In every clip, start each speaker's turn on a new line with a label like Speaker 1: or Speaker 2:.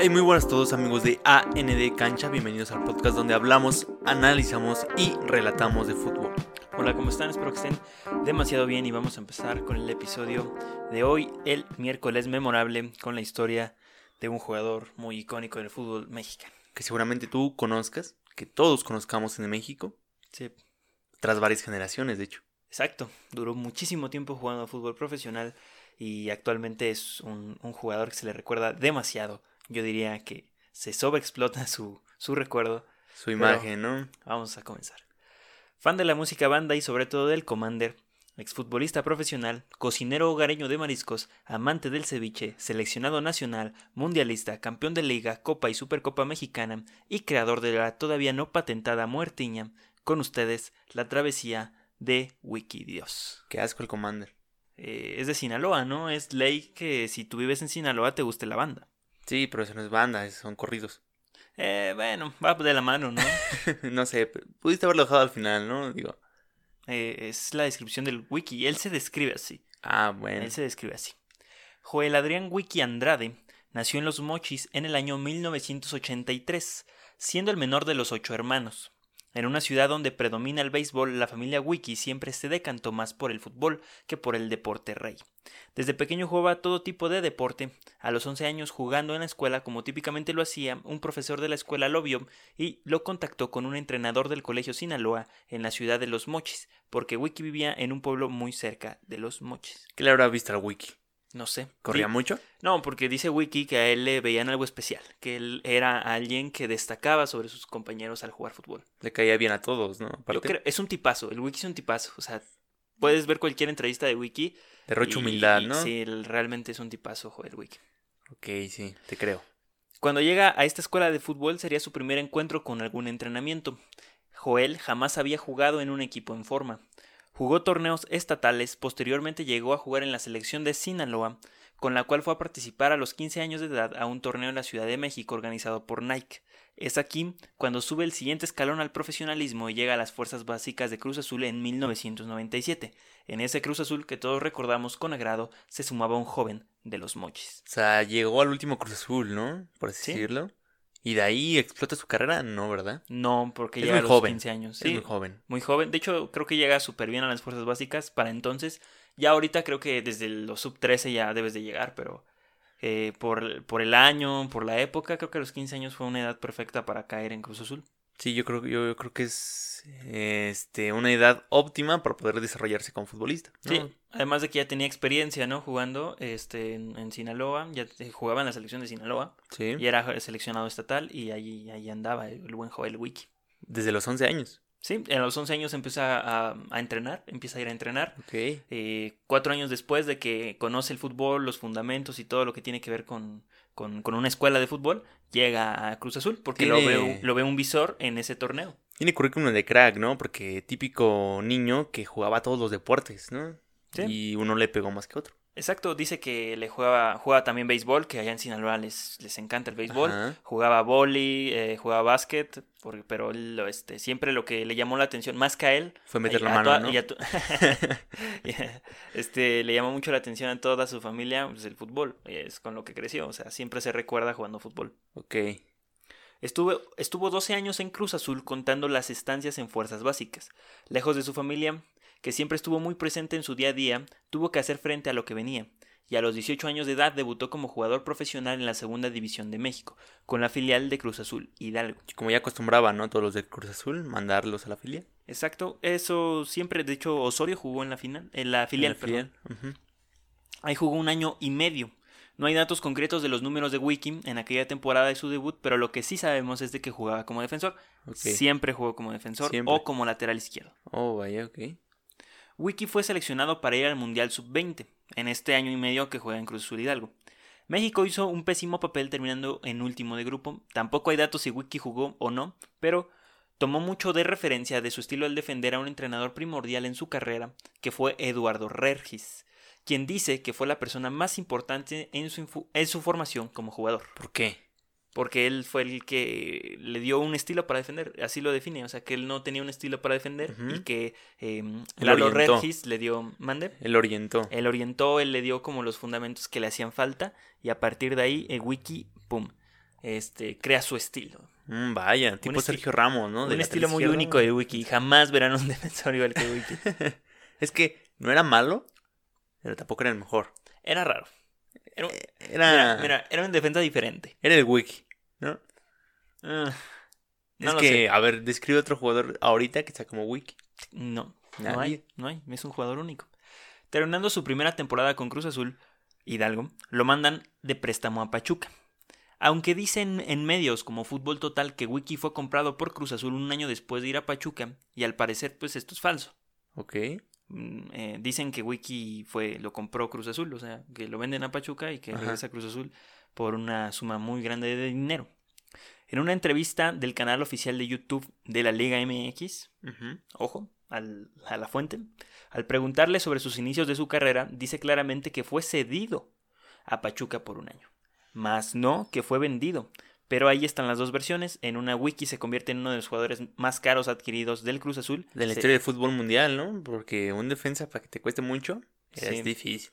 Speaker 1: Hey, muy buenas a todos amigos de AND Cancha, bienvenidos al podcast donde hablamos, analizamos y relatamos de fútbol.
Speaker 2: Hola, ¿cómo están? Espero que estén demasiado bien y vamos a empezar con el episodio de hoy, el miércoles memorable, con la historia de un jugador muy icónico del fútbol mexicano.
Speaker 1: Que seguramente tú conozcas, que todos conozcamos en México,
Speaker 2: Sí,
Speaker 1: tras varias generaciones de hecho.
Speaker 2: exacto. Duró muchísimo tiempo jugando a fútbol profesional y actualmente es un, un jugador que se le recuerda demasiado. Yo diría que se sobreexplota su, su recuerdo
Speaker 1: Su imagen, ¿no?
Speaker 2: Vamos a comenzar. Fan de la música banda y sobre todo del Commander, exfutbolista profesional, cocinero hogareño de mariscos, amante del ceviche, seleccionado nacional, mundialista, campeón de liga, copa y supercopa mexicana y creador de la todavía no patentada muertiña, con ustedes la travesía de Wikidios.
Speaker 1: Qué asco el Commander.
Speaker 2: Eh, es de Sinaloa, ¿no? Es ley que si tú vives en Sinaloa te guste la banda.
Speaker 1: Sí, pero eso no es banda, esos son corridos.
Speaker 2: Eh, bueno, va de la mano, ¿no?
Speaker 1: no sé, pudiste haberlo dejado al final, ¿no? Digo,
Speaker 2: Eh, es la descripción del wiki. Él se describe así.
Speaker 1: ah, bueno.
Speaker 2: Él se describe así. Joel Adrián Wiki Andrade nació en Los Mochis en el año 1983, siendo el menor de los ocho hermanos. En una ciudad donde predomina el béisbol, la familia Wiki siempre se decantó más por el fútbol que por el deporte rey. Desde pequeño jugaba todo tipo de deporte, a los 11 años jugando en la escuela como típicamente lo hacía, un profesor de la escuela lo vio y lo contactó con un entrenador del colegio Sinaloa en la ciudad de Los Mochis, porque Wiki vivía en un pueblo muy cerca de Los Mochis.
Speaker 1: ¿Qué le habrá visto al Wiki?
Speaker 2: No sé.
Speaker 1: ¿Corría
Speaker 2: Di-
Speaker 1: mucho?
Speaker 2: No, porque dice Wiki que a él le veían algo especial, que él era alguien que destacaba sobre sus compañeros al jugar fútbol.
Speaker 1: Le caía bien a todos, ¿no?
Speaker 2: Yo
Speaker 1: Aparte,
Speaker 2: creo, es un tipazo, el Wiki es un tipazo, o sea, puedes ver cualquier entrevista de Wiki.
Speaker 1: derrocha
Speaker 2: y-
Speaker 1: humildad,
Speaker 2: y
Speaker 1: ¿no?
Speaker 2: Sí, él realmente es un tipazo, joder, Wiki.
Speaker 1: Ok, sí, te creo.
Speaker 2: Cuando llega a esta escuela de fútbol sería su primer encuentro con algún entrenamiento. Joel jamás había jugado en un equipo en forma. Jugó torneos estatales, posteriormente llegó a jugar en la selección de Sinaloa, con la cual fue a participar a los 15 años de edad a un torneo en la Ciudad de México organizado por Nike. Es aquí cuando sube el siguiente escalón al profesionalismo y llega a las fuerzas básicas de Cruz Azul en 1997. En ese Cruz Azul que todos recordamos con agrado se sumaba un joven de los Mochis.
Speaker 1: O sea, llegó al último Cruz Azul, ¿no? Por así
Speaker 2: Sí.
Speaker 1: decirlo. Y de ahí explota su carrera, ¿no? ¿Verdad?
Speaker 2: No, porque
Speaker 1: Es
Speaker 2: llega
Speaker 1: muy
Speaker 2: a los
Speaker 1: joven,
Speaker 2: 15 años.
Speaker 1: Es
Speaker 2: Sí,
Speaker 1: muy joven.
Speaker 2: Muy joven. De hecho, creo que llega súper bien a las fuerzas básicas para entonces. Ya ahorita creo que desde los sub 13 ya debes de llegar, pero eh, por, por el año, por la época, creo que a los 15 años fue una edad perfecta para caer en Cruz Azul.
Speaker 1: Sí, yo creo, yo, yo creo que es este, una edad óptima para poder desarrollarse como futbolista. ¿no?
Speaker 2: Sí, además de que ya tenía experiencia, ¿no? Jugando este, en, en Sinaloa, ya eh, jugaba en la selección de Sinaloa
Speaker 1: Sí.
Speaker 2: y era seleccionado estatal y allí, allí andaba el buen Joel Wiki.
Speaker 1: Desde los 11 años.
Speaker 2: Sí, a los 11 años empieza a- a entrenar, empieza a ir a entrenar.
Speaker 1: Ok.
Speaker 2: eh, cuatro años después de que conoce el fútbol, los fundamentos y todo lo que tiene que ver con, con- con una escuela de fútbol, llega a Cruz Azul porque lo,
Speaker 1: Tiene-
Speaker 2: ve, lo ve un visor en ese torneo.
Speaker 1: Tiene currículum de crack, ¿no? Porque típico niño que jugaba todos los deportes, ¿no?
Speaker 2: Sí.
Speaker 1: Y uno le pegó más que otro.
Speaker 2: Exacto, dice que le jugaba, juega también béisbol, que allá en Sinaloa les, les encanta el béisbol.
Speaker 1: Ajá.
Speaker 2: Jugaba voli, eh, jugaba básquet, porque- pero él, lo, este, siempre lo que le llamó la atención, más que a él,
Speaker 1: Fue meter
Speaker 2: Y
Speaker 1: la
Speaker 2: a
Speaker 1: mano,
Speaker 2: toda-
Speaker 1: ¿no?
Speaker 2: y a to- Yeah. este, le llamó mucho la atención a toda su familia pues, el fútbol, es con lo que creció, o sea, siempre se recuerda jugando fútbol.
Speaker 1: Ok.
Speaker 2: Estuvo, estuvo 12 años en Cruz Azul contando las estancias en fuerzas básicas. Lejos de su familia, que siempre estuvo muy presente en su día a día, tuvo que hacer frente a lo que venía. Y a los 18 años de edad debutó como jugador profesional en la Segunda División de México, con la filial de Cruz Azul, Hidalgo.
Speaker 1: Como ya acostumbraba, ¿no? Todos los de Cruz Azul, mandarlos a la filia.
Speaker 2: Exacto, eso siempre, de hecho, Osorio jugó en la final, en la filial,
Speaker 1: A la
Speaker 2: perdón.
Speaker 1: Ujú.
Speaker 2: Ahí jugó un año y medio. No hay datos concretos de los números de Wiki en aquella temporada de su debut, pero lo que sí sabemos es de que jugaba como defensor.
Speaker 1: Ok.
Speaker 2: Siempre jugó como defensor
Speaker 1: Siempre.
Speaker 2: o como lateral izquierdo.
Speaker 1: Oh, vaya, ok.
Speaker 2: Wiki fue seleccionado para ir al Mundial Sub-20, en este año y medio que juega en Cruz Azul Hidalgo. México hizo un pésimo papel terminando en último de grupo. Tampoco hay datos si Wiki jugó o no, pero tomó mucho de referencia de su estilo al defender a un entrenador primordial en su carrera, que fue Eduardo Regis, quien dice que fue la persona más importante en su, infu- en su formación como jugador.
Speaker 1: ¿Por qué?
Speaker 2: Porque él fue el que le dio un estilo para defender, así lo define, o sea que él no tenía un estilo para defender
Speaker 1: Ujú.
Speaker 2: y que eh,
Speaker 1: Él
Speaker 2: Lalo
Speaker 1: orientó.
Speaker 2: Regis le dio, mande,
Speaker 1: Él orientó.
Speaker 2: él orientó, él le dio como los fundamentos que le hacían falta y a partir de ahí el eh, wiki, pum, este, crea su estilo.
Speaker 1: Mm, vaya, tipo
Speaker 2: esti-
Speaker 1: Sergio Ramos, ¿no? De
Speaker 2: un
Speaker 1: lateral
Speaker 2: estilo muy
Speaker 1: izquierdo.
Speaker 2: único de Wiki. Jamás verán un defensor igual que Wiki.
Speaker 1: Es que no era malo, pero tampoco era el mejor.
Speaker 2: Era raro. Era, un-
Speaker 1: Era,
Speaker 2: mira, mira, era una defensa diferente.
Speaker 1: era el wiki, ¿no?
Speaker 2: Ah, no
Speaker 1: es
Speaker 2: lo
Speaker 1: que,
Speaker 2: sé.
Speaker 1: a ver, describe otro jugador ahorita que está como wiki.
Speaker 2: No, no
Speaker 1: Nadie.
Speaker 2: hay, no hay. Es un jugador único. Terminando su primera temporada con Cruz Azul, Hidalgo, lo mandan de préstamo a Pachuca. Aunque dicen en medios como Fútbol Total que Wiki fue comprado por Cruz Azul un año después de ir a Pachuca, y al parecer, pues esto es falso.
Speaker 1: Ok.
Speaker 2: Mm, eh, dicen que Wiki fue, lo compró Cruz Azul, o sea, que lo venden a Pachuca y que
Speaker 1: Ajá.
Speaker 2: regresa a Cruz Azul por una suma muy grande de dinero. En una entrevista del canal oficial de YouTube de la Liga MX,
Speaker 1: Ujú.
Speaker 2: ojo, al- a la fuente, al preguntarle sobre sus inicios de su carrera, dice claramente que fue cedido a Pachuca por un año. Más no que fue vendido. Pero ahí están las dos versiones. En una wiki se convierte en uno de los jugadores más caros adquiridos del Cruz Azul.
Speaker 1: De la
Speaker 2: Se-
Speaker 1: historia del fútbol mundial, ¿no? Porque un defensa para que te cueste mucho es
Speaker 2: Sí.
Speaker 1: difícil.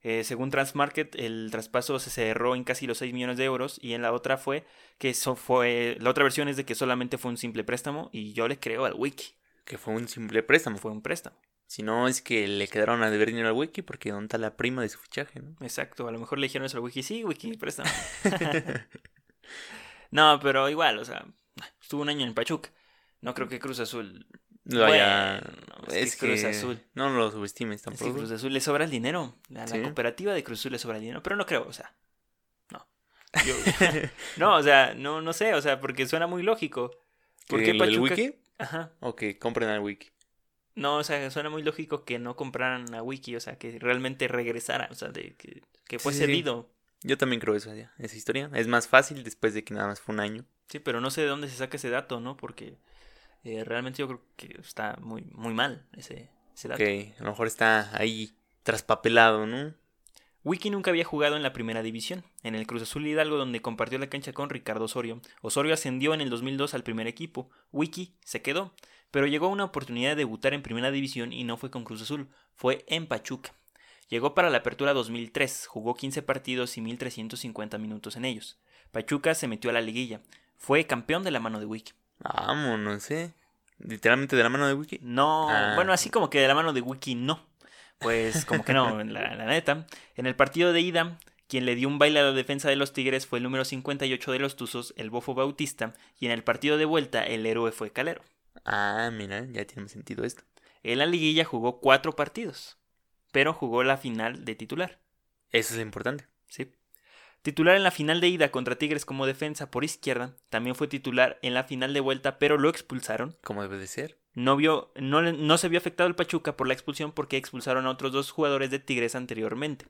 Speaker 2: Eh, según Transmarket, el traspaso se cerró en casi los 6 millones de euros y en la otra fue que eso fue, la otra versión es de que solamente fue un simple préstamo y yo le creo al wiki,
Speaker 1: Que fue un simple préstamo.
Speaker 2: fue un préstamo.
Speaker 1: Si no, es que le quedaron a deber dinero al wiki porque dónde está la prima de su fichaje, ¿no?
Speaker 2: Exacto, a lo mejor le dijeron eso al wiki, sí, wiki, préstamo. no, pero igual, o sea, estuvo un año en Pachuca. No creo que Cruz Azul.
Speaker 1: No haya-
Speaker 2: Bueno, es que Cruz Azul.
Speaker 1: No lo subestimes
Speaker 2: Es que
Speaker 1: tampoco.
Speaker 2: Cruz Azul le sobra el dinero. A la
Speaker 1: Sí.
Speaker 2: cooperativa de Cruz Azul le sobra el dinero, pero no creo, o sea. No. Yo- no, o sea, no, no sé, o sea, porque suena muy lógico. ¿Por
Speaker 1: ¿Que
Speaker 2: qué
Speaker 1: el- el
Speaker 2: Pachuca?
Speaker 1: wiki?
Speaker 2: Ajá.
Speaker 1: O que compren al wiki.
Speaker 2: No, o sea, suena muy lógico que no compraran a Wiki, o sea, que realmente regresara, o sea, de que, que fue
Speaker 1: Sí, sí, sí.
Speaker 2: cedido.
Speaker 1: Yo también creo eso, ya, esa historia. Es más fácil después de que nada más fue un año.
Speaker 2: Sí, pero no sé de dónde se saca ese dato, ¿no? Porque eh, realmente yo creo que está muy, muy mal ese, ese dato.
Speaker 1: Que a lo mejor está ahí traspapelado, ¿no?
Speaker 2: Wiki nunca había jugado en la primera división. En el Cruz Azul Hidalgo, donde compartió la cancha con Ricardo Osorio, Osorio ascendió en el 2002 al primer equipo. Wiki se quedó, pero llegó una oportunidad de debutar en primera división y no fue con Cruz Azul, fue en Pachuca. Llegó para la apertura 2003, jugó 15 partidos y 1350 minutos en ellos. Pachuca se metió a la liguilla. Fue campeón de la mano de Wiki.
Speaker 1: Vámonos, sé Literalmente de la mano de Wiki.
Speaker 2: No,
Speaker 1: Ah.
Speaker 2: bueno, así como que de la mano de Wiki no. Pues como que no, la, la neta. En el partido de ida, quien le dio un baile a la defensa de los Tigres fue el número 58 de los Tuzos, el Bofo Bautista, y en el partido de vuelta el héroe fue Calero.
Speaker 1: Ah, mira, ya tiene más sentido esto.
Speaker 2: En la liguilla jugó cuatro partidos, pero jugó la final de titular.
Speaker 1: Eso es lo importante.
Speaker 2: Sí. Titular en la final de ida contra Tigres como defensa por izquierda, también fue titular en la final de vuelta, pero lo expulsaron
Speaker 1: Como debe de ser.
Speaker 2: no, vio, no, le- no se vio afectado el Pachuca por la expulsión porque expulsaron a otros dos jugadores de Tigres anteriormente.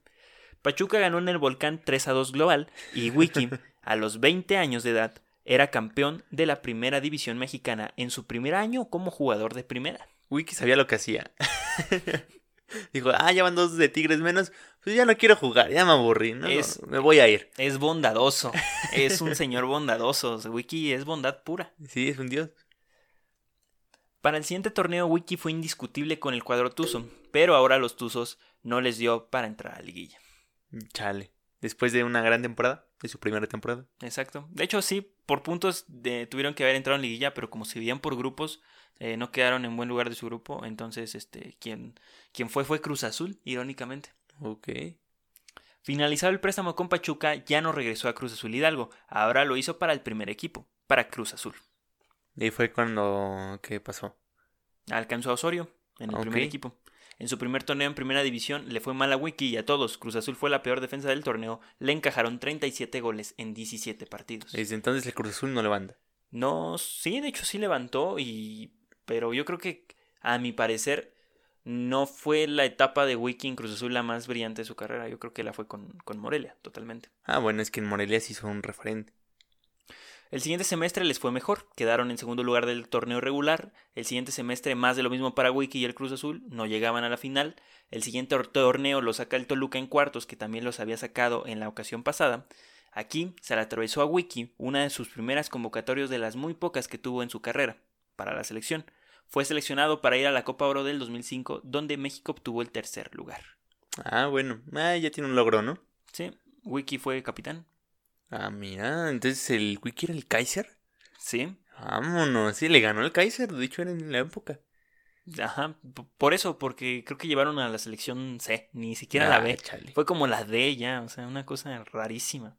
Speaker 2: Pachuca ganó en el Volcán 3 a 2 global y Wiki, a los 20 años de edad, era campeón de la primera división mexicana en su primer año como jugador de primera.
Speaker 1: Wiki sabía lo que hacía. Dijo, ah, ya van dos de Tigres menos. Pues ya no quiero jugar, ya me aburrí. No,
Speaker 2: Es-
Speaker 1: me voy a ir.
Speaker 2: Es bondadoso, es un señor bondadoso. o sea, Wiki es bondad pura.
Speaker 1: Sí, es un dios.
Speaker 2: Para el siguiente torneo, Wiki fue indiscutible con el cuadro Tuzo, pero ahora a los Tuzos no les dio para entrar a la liguilla.
Speaker 1: Chale. Después de una gran temporada, de su primera temporada.
Speaker 2: Exacto. De hecho, sí, por puntos de- tuvieron que haber entrado en liguilla, pero como se vivían por grupos, eh, no quedaron en buen lugar de su grupo. Entonces, este, quien, quien fue fue Cruz Azul, irónicamente.
Speaker 1: Ok.
Speaker 2: Finalizado el préstamo con Pachuca, ya no regresó a Cruz Azul Hidalgo. Ahora lo hizo para el primer equipo, para Cruz Azul.
Speaker 1: Y ahí fue cuando. ¿Qué pasó?
Speaker 2: Alcanzó a Osorio en el
Speaker 1: Ok.
Speaker 2: primer equipo. En su primer torneo en primera división le fue mal a Wiki y a todos. Cruz Azul fue la peor defensa del torneo. Le encajaron 37 goles en 17 partidos.
Speaker 1: Desde entonces el Cruz Azul no levanta.
Speaker 2: No, sí, de hecho sí levantó y pero yo creo que a mi parecer no fue la etapa de Wiki en Cruz Azul la más brillante de su carrera, yo creo que la fue con, con Morelia, totalmente.
Speaker 1: Ah, bueno, es que en Morelia sí son un referente.
Speaker 2: El siguiente semestre les fue mejor, quedaron en segundo lugar del torneo regular, el siguiente semestre más de lo mismo para Wiki y el Cruz Azul, no llegaban a la final, el siguiente or- torneo lo saca el Toluca en cuartos, que también los había sacado en la ocasión pasada. Aquí se le atravesó a Wiki una de sus primeras convocatorias de las muy pocas que tuvo en su carrera, para la selección. Fue seleccionado para ir a la Copa Oro del 2005, donde México obtuvo el tercer lugar.
Speaker 1: Ah, bueno. Ah, ya tiene un logro, ¿no?
Speaker 2: Sí, Wiki fue capitán.
Speaker 1: Ah, mira, entonces el Wiki era el Kaiser.
Speaker 2: ¿sí?
Speaker 1: Vámonos, sí, le ganó el Kaiser, de hecho era en la época.
Speaker 2: Ajá, p- por eso, porque creo que llevaron a la selección C, ni siquiera la
Speaker 1: Ah,
Speaker 2: B.
Speaker 1: chale.
Speaker 2: Fue como la D ya, o sea, una cosa rarísima.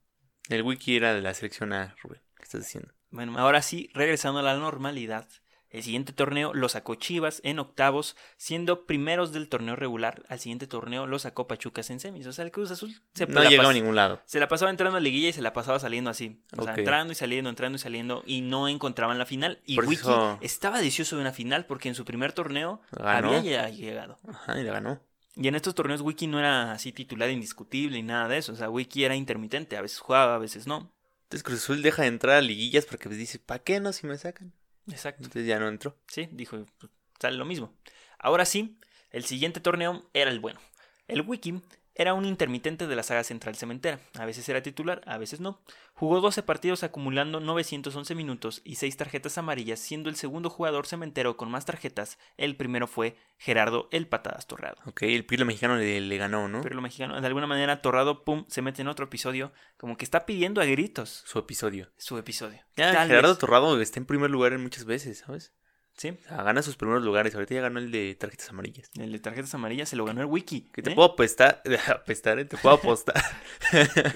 Speaker 1: El Wiki era de la selección A, Rubén. ¿Qué estás diciendo?
Speaker 2: Bueno, ahora sí, regresando a la normalidad. El siguiente torneo lo sacó Chivas en octavos, siendo primeros del torneo regular. Al siguiente torneo lo sacó Pachucas en semis. O sea, el Cruz Azul se,
Speaker 1: no
Speaker 2: pues la
Speaker 1: llegaba a
Speaker 2: pas-
Speaker 1: ningún lado.
Speaker 2: se la pasaba entrando a liguilla y se la pasaba saliendo así. O sea,
Speaker 1: Ok.
Speaker 2: entrando y saliendo, entrando y saliendo. Y no encontraban la final. Y
Speaker 1: Por
Speaker 2: Wiki
Speaker 1: eso-
Speaker 2: estaba deseoso de una final porque en su primer torneo
Speaker 1: Ganó.
Speaker 2: había ya llegado.
Speaker 1: Ajá, y la ganó.
Speaker 2: Y en estos torneos Wiki no era así titular indiscutible y nada de eso. O sea, Wiki era intermitente. A veces jugaba, a veces no.
Speaker 1: Entonces Cruz Azul deja de entrar a liguillas porque pues, dice, ¿para qué no si me sacan?
Speaker 2: Exacto.
Speaker 1: Entonces ya no entró.
Speaker 2: Sí, dijo, pues, sale lo mismo. Ahora sí, el siguiente torneo era el bueno. El Wiki era un intermitente de la saga central cementera. A veces era titular, a veces no. Jugó 12 partidos acumulando 911 minutos y 6 tarjetas amarillas, siendo el segundo jugador cementero con más tarjetas. El primero fue Gerardo el Patadas Torrado.
Speaker 1: Ok, el Pirlo mexicano le, le ganó, ¿no?
Speaker 2: Pero lo mexicano, de alguna manera, Torrado, pum, se mete en otro episodio, como que está pidiendo a gritos
Speaker 1: Su episodio.
Speaker 2: su episodio.
Speaker 1: Ya,
Speaker 2: Tal
Speaker 1: Gerardo
Speaker 2: vez,
Speaker 1: Torrado está en primer lugar en muchas veces, ¿sabes?
Speaker 2: Sí,
Speaker 1: O sea, gana sus primeros lugares. Ahorita ya ganó el de tarjetas amarillas.
Speaker 2: el de tarjetas amarillas se lo ganó el Wiki.
Speaker 1: Que te
Speaker 2: ¿eh?
Speaker 1: puedo apestar, apestar, ¿eh? te puedo apostar.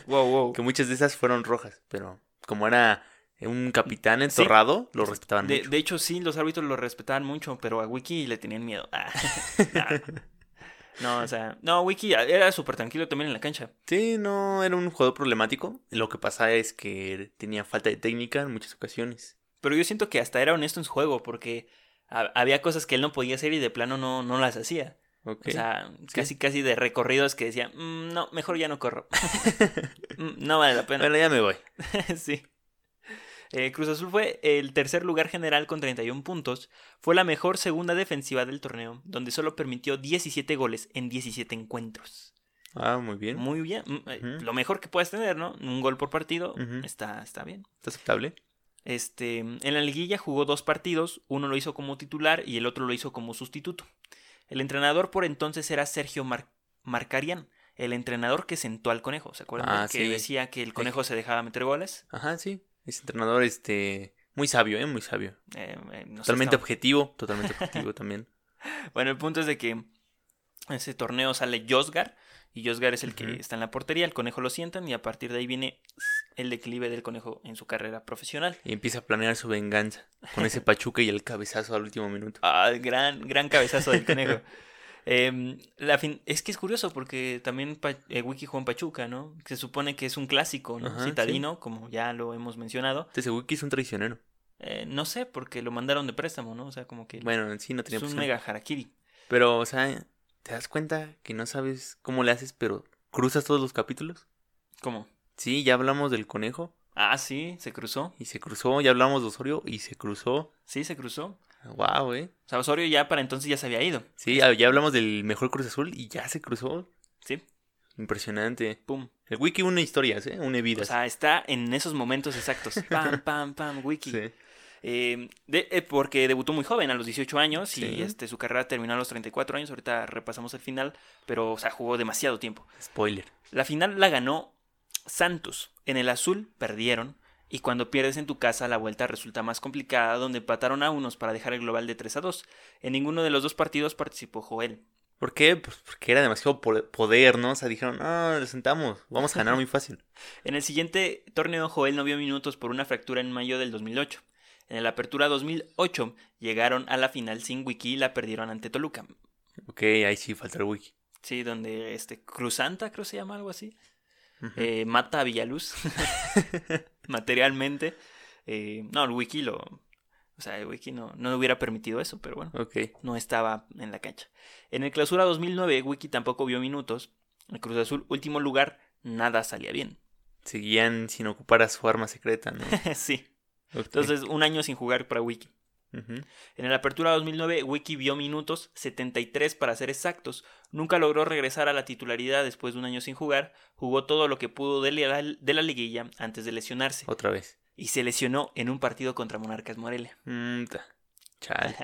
Speaker 2: Wow, wow.
Speaker 1: que muchas de esas fueron rojas, pero como era eh, un capitán
Speaker 2: Sí.
Speaker 1: entorrado, lo respetaban
Speaker 2: De,
Speaker 1: mucho.
Speaker 2: de hecho, sí, los árbitros lo respetaban mucho, pero a Wiki le tenían miedo. Ah, no, o sea, no, Wiki era súper tranquilo también en la cancha.
Speaker 1: Sí, no, era un jugador problemático. Lo que pasa es que tenía falta de técnica en muchas ocasiones.
Speaker 2: Pero yo siento que hasta era honesto en su juego, porque ha- había cosas que él no podía hacer y de plano no, no las hacía.
Speaker 1: Ok.
Speaker 2: O sea, casi casi de recorridos que decía, "Mm, no, mejor ya no corro. Mm, no vale la pena.
Speaker 1: bueno, ya me voy.
Speaker 2: sí. Eh, Cruz Azul fue el tercer lugar general con 31 puntos. Fue la mejor segunda defensiva del torneo, donde solo permitió 17 goles en 17 encuentros.
Speaker 1: Ah, muy bien.
Speaker 2: Muy bien. mm, eh,
Speaker 1: Ujú.
Speaker 2: Lo mejor que puedes tener, ¿no? Un gol por partido.
Speaker 1: Ujú.
Speaker 2: está, está bien.
Speaker 1: Está aceptable.
Speaker 2: Este, en la liguilla jugó dos partidos, uno lo hizo como titular y el otro lo hizo como sustituto. El entrenador por entonces era Sergio Mar- Marcarian, el entrenador que sentó al conejo. ¿Se acuerdan
Speaker 1: Ah,
Speaker 2: que
Speaker 1: sí.
Speaker 2: decía que el conejo se dejaba meter goles?
Speaker 1: Ajá, sí. Ese entrenador, este, muy sabio, ¿eh? Muy sabio.
Speaker 2: Eh, eh, no sé,
Speaker 1: Totalmente
Speaker 2: estaba-
Speaker 1: objetivo, totalmente objetivo también.
Speaker 2: Bueno, el punto es de que ese torneo sale Josgar y Josgar es el que
Speaker 1: Ujú.
Speaker 2: está en la portería, el conejo lo sientan y a partir de ahí viene el declive del conejo en su carrera profesional.
Speaker 1: Y empieza a planear su venganza con ese pachuca y el cabezazo al último minuto.
Speaker 2: Ah, gran, gran cabezazo del conejo. Em, la fin- es que es curioso porque también Pa- eh, Wiki Juan Pachuca, ¿no? Se supone que es un clásico ¿no?
Speaker 1: Ajá, sí.
Speaker 2: citadino, como ya lo hemos mencionado.
Speaker 1: Este Wiki es un traicionero.
Speaker 2: Eh, no sé, porque lo mandaron de préstamo, ¿no? O sea, como que
Speaker 1: Bueno, en sí no tenía
Speaker 2: es un
Speaker 1: opción.
Speaker 2: mega harakiri.
Speaker 1: Pero, o sea, ¿te das cuenta que no sabes cómo le haces, pero cruzas todos los capítulos?
Speaker 2: ¿Cómo?
Speaker 1: Sí, ya hablamos del conejo
Speaker 2: Ah, sí, se cruzó.
Speaker 1: y se cruzó, ya hablamos de Osorio y se cruzó.
Speaker 2: Sí, se cruzó.
Speaker 1: Wow, eh.
Speaker 2: O sea, Osorio ya para entonces ya se había ido.
Speaker 1: Sí, ya ya hablamos del mejor Cruz Azul y ya se cruzó.
Speaker 2: Sí,
Speaker 1: Impresionante.
Speaker 2: pum.
Speaker 1: El wiki une historias, ¿eh? Une
Speaker 2: O
Speaker 1: vidas.
Speaker 2: sea, está en esos momentos exactos. Pam, pam, pam, Wiki.
Speaker 1: Sí.
Speaker 2: Eh, de- eh, porque debutó muy joven, a los 18 años, y
Speaker 1: Sí.
Speaker 2: este, su carrera terminó a los 34 años. Ahorita repasamos el final, pero o sea, jugó demasiado tiempo.
Speaker 1: Spoiler.
Speaker 2: La final la ganó Santos. En el azul perdieron. Y cuando pierdes en tu casa, la vuelta resulta más complicada, donde empataron a unos para dejar el global de 3 a 2. En ninguno de los dos partidos participó Joel.
Speaker 1: ¿Por qué? Pues porque era demasiado po- poder, ¿no? O sea, dijeron, ah, lo sentamos, vamos a ganar muy fácil.
Speaker 2: En el siguiente torneo, Joel no vio minutos por una fractura en mayo del 2008. En la apertura 2008 llegaron a la final sin Wiki y la perdieron ante Toluca.
Speaker 1: Ok, ahí sí falta el wiki.
Speaker 2: Sí, donde este Cruzanta, creo se llama algo así.
Speaker 1: Ujú.
Speaker 2: eh, mata a Villaluz. materialmente. Eh, no, el wiki lo. O sea, el wiki no, no hubiera permitido eso, pero bueno.
Speaker 1: Ok.
Speaker 2: No estaba en la cancha. En el clausura 2009, Wiki tampoco vio minutos. El Cruz Azul, último lugar, nada salía bien.
Speaker 1: Seguían sin ocupar a su arma secreta, ¿no?
Speaker 2: sí.
Speaker 1: Ok.
Speaker 2: Entonces, un año sin jugar para Wiki.
Speaker 1: Ujú.
Speaker 2: En la apertura 2009, Wiki vio minutos, 73 para ser exactos. Nunca logró regresar a la titularidad después de un año sin jugar. Jugó todo lo que pudo de la, de la liguilla antes de lesionarse.
Speaker 1: Otra vez.
Speaker 2: Y se lesionó en un partido contra Monarcas Morelia.
Speaker 1: Mm, ta. Chale.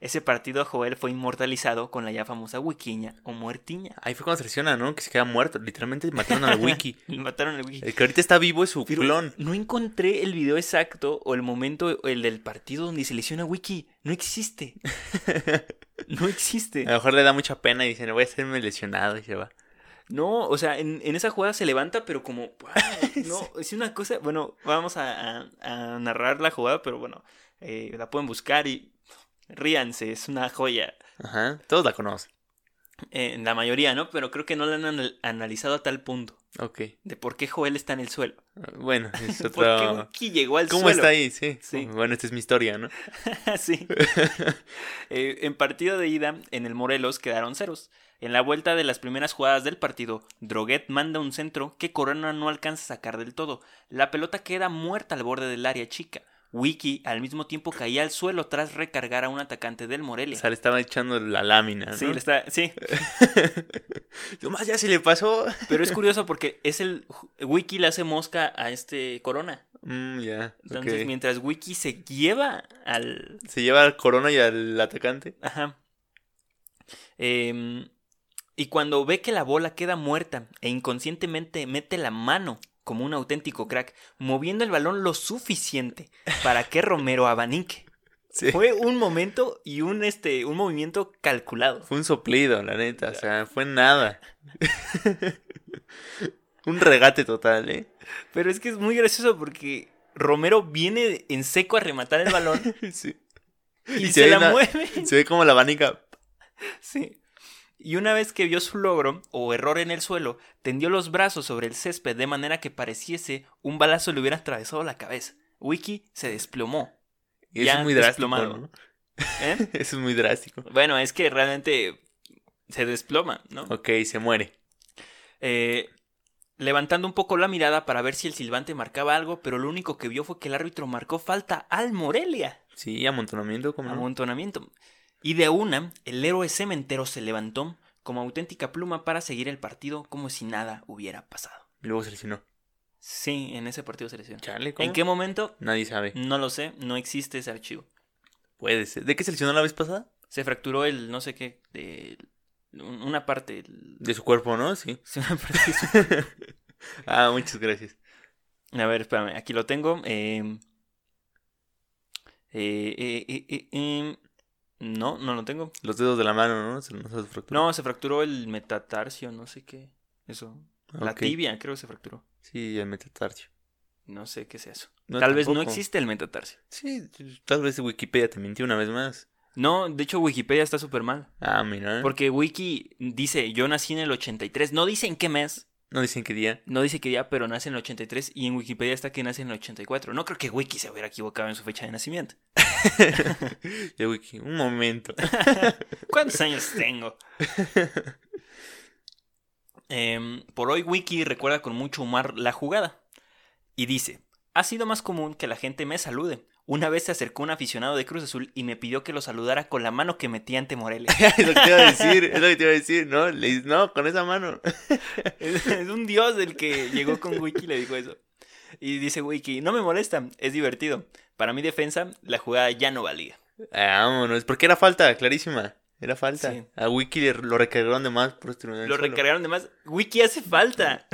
Speaker 2: Ese partido Joel fue inmortalizado con la ya famosa Wikiña o Muertiña.
Speaker 1: Ahí fue cuando se lesiona, ¿no? Que se queda muerto. Literalmente mataron al Wiki.
Speaker 2: Le Mataron el Wiki.
Speaker 1: El que ahorita está vivo es su
Speaker 2: Pero
Speaker 1: clon.
Speaker 2: No encontré el video exacto o el momento, el del partido donde se lesiona Wiki. No existe. No
Speaker 1: A
Speaker 2: existe.
Speaker 1: lo mejor le da mucha pena y dice, no voy a hacerme lesionado y se va.
Speaker 2: No, o sea, en, en esa jugada se levanta, pero como. ¡guau! No, es una cosa. Bueno, vamos a, a- a narrar la jugada, pero bueno, eh, la pueden buscar y. Ríanse, es una joya.
Speaker 1: Ajá. Todos la conocen.
Speaker 2: Eh, la mayoría, ¿no? Pero creo que no la han anal- analizado a tal punto
Speaker 1: Ok.
Speaker 2: de por qué Joel está en el suelo.
Speaker 1: Bueno, es
Speaker 2: ¿Por qué
Speaker 1: otro...
Speaker 2: Wiki llegó al
Speaker 1: ¿Cómo
Speaker 2: suelo?
Speaker 1: está ahí? Sí. Oh,
Speaker 2: Sí.
Speaker 1: Bueno, esta es mi historia, ¿no?
Speaker 2: sí. Eh, en partido de ida, en el Morelos quedaron ceros. En la vuelta de las primeras jugadas del partido, Droguet manda un centro que Corona no alcanza a sacar del todo. La pelota queda muerta al borde del área chica. Wiki al mismo tiempo caía al suelo tras recargar a un atacante del
Speaker 1: O
Speaker 2: Morelia.
Speaker 1: sea, le estaba echando la lámina, ¿no?
Speaker 2: Sí, le está- sí,
Speaker 1: Nomás ya se le pasó.
Speaker 2: pero es curioso porque es el Wiki le hace mosca a este Corona.
Speaker 1: Mm, ya.
Speaker 2: Entonces,
Speaker 1: ok.
Speaker 2: mientras Wiki se lleva al
Speaker 1: Se lleva al corona y al atacante.
Speaker 2: Ajá. Em, y cuando ve que la bola queda muerta e inconscientemente mete la mano como un auténtico crack, moviendo el balón lo suficiente para que Romero abanique.
Speaker 1: Sí. Fue...
Speaker 2: Fue un momento y un, este, un movimiento calculado.
Speaker 1: un soplido, la neta. O sea, fue nada. un regate total, ¿eh?
Speaker 2: Pero es que es muy gracioso porque Romero viene en seco a rematar el balón
Speaker 1: Sí.
Speaker 2: y,
Speaker 1: Y se
Speaker 2: se,
Speaker 1: ve
Speaker 2: la
Speaker 1: una-
Speaker 2: mueve.
Speaker 1: Se ve como la abanica.
Speaker 2: Sí. Y una vez que vio su logro o error en el suelo, tendió los brazos sobre el césped de manera que pareciese un balazo le hubiera atravesado la cabeza. Wiki se desplomó.
Speaker 1: Y eso
Speaker 2: Ya
Speaker 1: es muy drástico,
Speaker 2: desplomado.
Speaker 1: ¿no?
Speaker 2: ¿eh?
Speaker 1: Eso es muy drástico.
Speaker 2: bueno, es que realmente se desploma, ¿no?
Speaker 1: Ok, se muere.
Speaker 2: Eh, levantando un poco la mirada para ver si el silbante marcaba algo, pero lo único que vio fue que el árbitro marcó falta al Morelia.
Speaker 1: Sí, amontonamiento como... no?
Speaker 2: amontonamiento. Y de una, el héroe cementero se levantó como auténtica pluma para seguir el partido como si nada hubiera pasado.
Speaker 1: Y luego se lesionó.
Speaker 2: Sí, en ese partido se lesionó.
Speaker 1: Chale, ¿cómo?
Speaker 2: ¿En qué momento?
Speaker 1: Nadie sabe.
Speaker 2: No lo sé, no existe ese archivo.
Speaker 1: Puede ser. ¿De qué se lesionó la vez pasada?
Speaker 2: Se fracturó el no sé qué, de un- una parte. el-
Speaker 1: De su cuerpo, ¿no? Sí.
Speaker 2: sí, una parte de su-
Speaker 1: Ah, muchas gracias.
Speaker 2: A ver, espérame, aquí lo tengo. eh, eh, eh, eh, eh, eh, no, no lo tengo.
Speaker 1: Los dedos de la mano, ¿no? Se, no se los fracturó.
Speaker 2: No, se fracturó el metatarsio, no sé qué. Eso. La
Speaker 1: Ok.
Speaker 2: tibia, creo que se fracturó.
Speaker 1: Sí, el metatarsio.
Speaker 2: No sé qué es eso.
Speaker 1: No,
Speaker 2: Tal vez no
Speaker 1: tampoco.
Speaker 2: existe el metatarsio.
Speaker 1: Sí, tal vez Wikipedia te mintió una vez más.
Speaker 2: No, de hecho Wikipedia está súper mal.
Speaker 1: Ah, mira.
Speaker 2: Porque Wiki dice, yo nací en el 83. No dice en qué mes,
Speaker 1: No dicen qué día.
Speaker 2: no dice qué día, pero nace en el 83 y en Wikipedia está que nace en el 84. No creo que Wiki se hubiera equivocado en su fecha de nacimiento.
Speaker 1: De Wiki. Un momento.
Speaker 2: ¿Cuántos años tengo? Em, por hoy Wiki recuerda con mucho humor la jugada. Y dice, ha sido más común que la gente me salude. Una vez se acercó un aficionado de Cruz Azul y me pidió que lo saludara con la mano que metí ante Morelia.
Speaker 1: es lo que te iba a decir. Es lo que te iba a decir. No, le dices, no, con esa mano.
Speaker 2: Es, es un dios el que llegó con Wiki y le dijo eso. Y dice Wiki, no me molesta, es divertido. Para mi defensa, la jugada ya no valía.
Speaker 1: Ah, vámonos. Porque era falta, clarísima. Era falta.
Speaker 2: Sí.
Speaker 1: A Wiki le- lo recargaron de más por este
Speaker 2: Lo recargaron de más. Wiki hace falta.